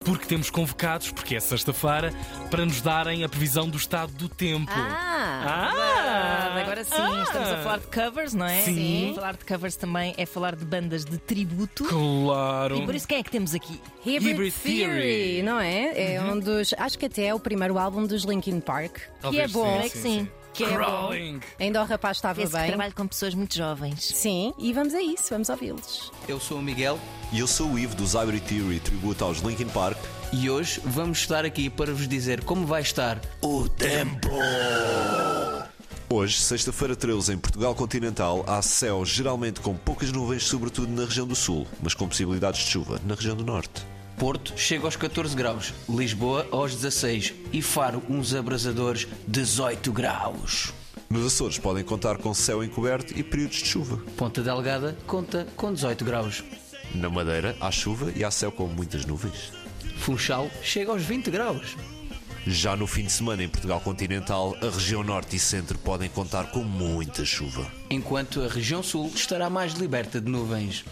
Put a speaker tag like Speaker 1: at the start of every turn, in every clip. Speaker 1: porque temos convocados, porque é sexta-feira, para nos darem a previsão do estado do tempo.
Speaker 2: Ah,
Speaker 1: Ah!
Speaker 2: agora, agora sim,
Speaker 1: Ah!
Speaker 2: estamos a falar de covers, não é?
Speaker 1: Sim. Sim.
Speaker 2: Falar de covers também é falar de bandas de tributo.
Speaker 1: Claro.
Speaker 2: E por isso quem é que temos aqui?
Speaker 3: Hybrid,
Speaker 1: Hybrid
Speaker 3: Theory,
Speaker 1: Theory. Uhum.
Speaker 3: não é? É um dos. Acho que até é o primeiro álbum dos Linkin Park. que é
Speaker 1: Talvez
Speaker 3: bom.
Speaker 1: sim, sim, sim.
Speaker 3: Que é bom.
Speaker 1: Crawling.
Speaker 3: Ainda o rapaz estava
Speaker 2: Esse que
Speaker 3: bem.
Speaker 2: trabalho com pessoas muito jovens.
Speaker 3: Sim, e vamos a isso, vamos ouvi-los.
Speaker 4: Eu sou o Miguel
Speaker 5: E eu sou o Ivo do Hybrid Theory, tributo aos Linkin Park.
Speaker 4: e hoje vamos estar aqui para vos dizer como vai estar.
Speaker 5: O tempo! Hoje, sexta-feira 13, em Portugal continental, há céu geralmente com poucas nuvens, sobretudo na região do sul, mas com possibilidades de chuva na região do norte.
Speaker 4: Porto chega aos 14 graus, Lisboa aos 16 e Faro uns abrasadores 18 graus.
Speaker 5: Nos Açores podem contar com céu encoberto e períodos de chuva.
Speaker 4: Ponta Delgada conta com 18 graus.
Speaker 5: Na Madeira, há chuva e há céu com muitas nuvens.
Speaker 4: Funchal chega aos 20 graus.
Speaker 5: Já no fim de semana, em Portugal continental, a região norte e centro podem contar com muita chuva.
Speaker 4: Enquanto a região sul estará mais liberta de nuvens,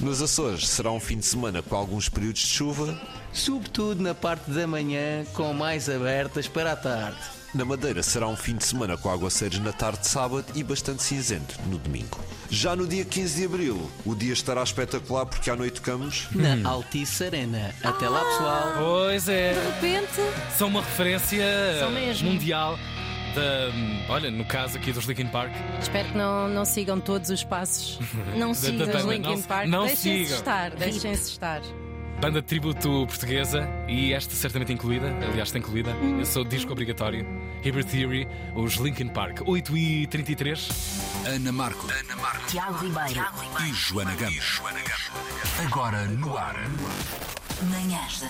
Speaker 5: Nos Açores, será um fim de semana com alguns períodos de chuva,
Speaker 4: sobretudo na parte da manhã, com mais abertas para a tarde.
Speaker 5: Na Madeira será um fim de semana com aguaceiros na tarde de sábado e bastante cinzento no domingo. Já no dia 15 de abril, o dia estará espetacular porque à noite tocamos.
Speaker 4: Na Altice Arena. Até lá, pessoal.
Speaker 1: Pois é.
Speaker 3: De repente,
Speaker 1: São uma referência
Speaker 2: São mesmo.
Speaker 1: mundial da. hum, Olha, no caso aqui dos Linkin Park.
Speaker 3: espero que não, não sigam todos os passos
Speaker 2: Não
Speaker 1: Da- da-
Speaker 2: sigam.
Speaker 3: dos
Speaker 1: Também
Speaker 3: Linkin
Speaker 1: não-
Speaker 3: Park.
Speaker 1: não
Speaker 3: deixem-se
Speaker 1: sigam.
Speaker 3: estar, deixem-se estar.
Speaker 1: Banda de tributo portuguesa e esta certamente incluída, aliás, está incluída. Eu sou disco obrigatório. Hybrid Theory, os Linkin Park. 8 e 33
Speaker 6: Ana Marco,
Speaker 2: Tiago Ribeiro.
Speaker 6: e Joana Gama. Agora no ar.
Speaker 2: Manhãs da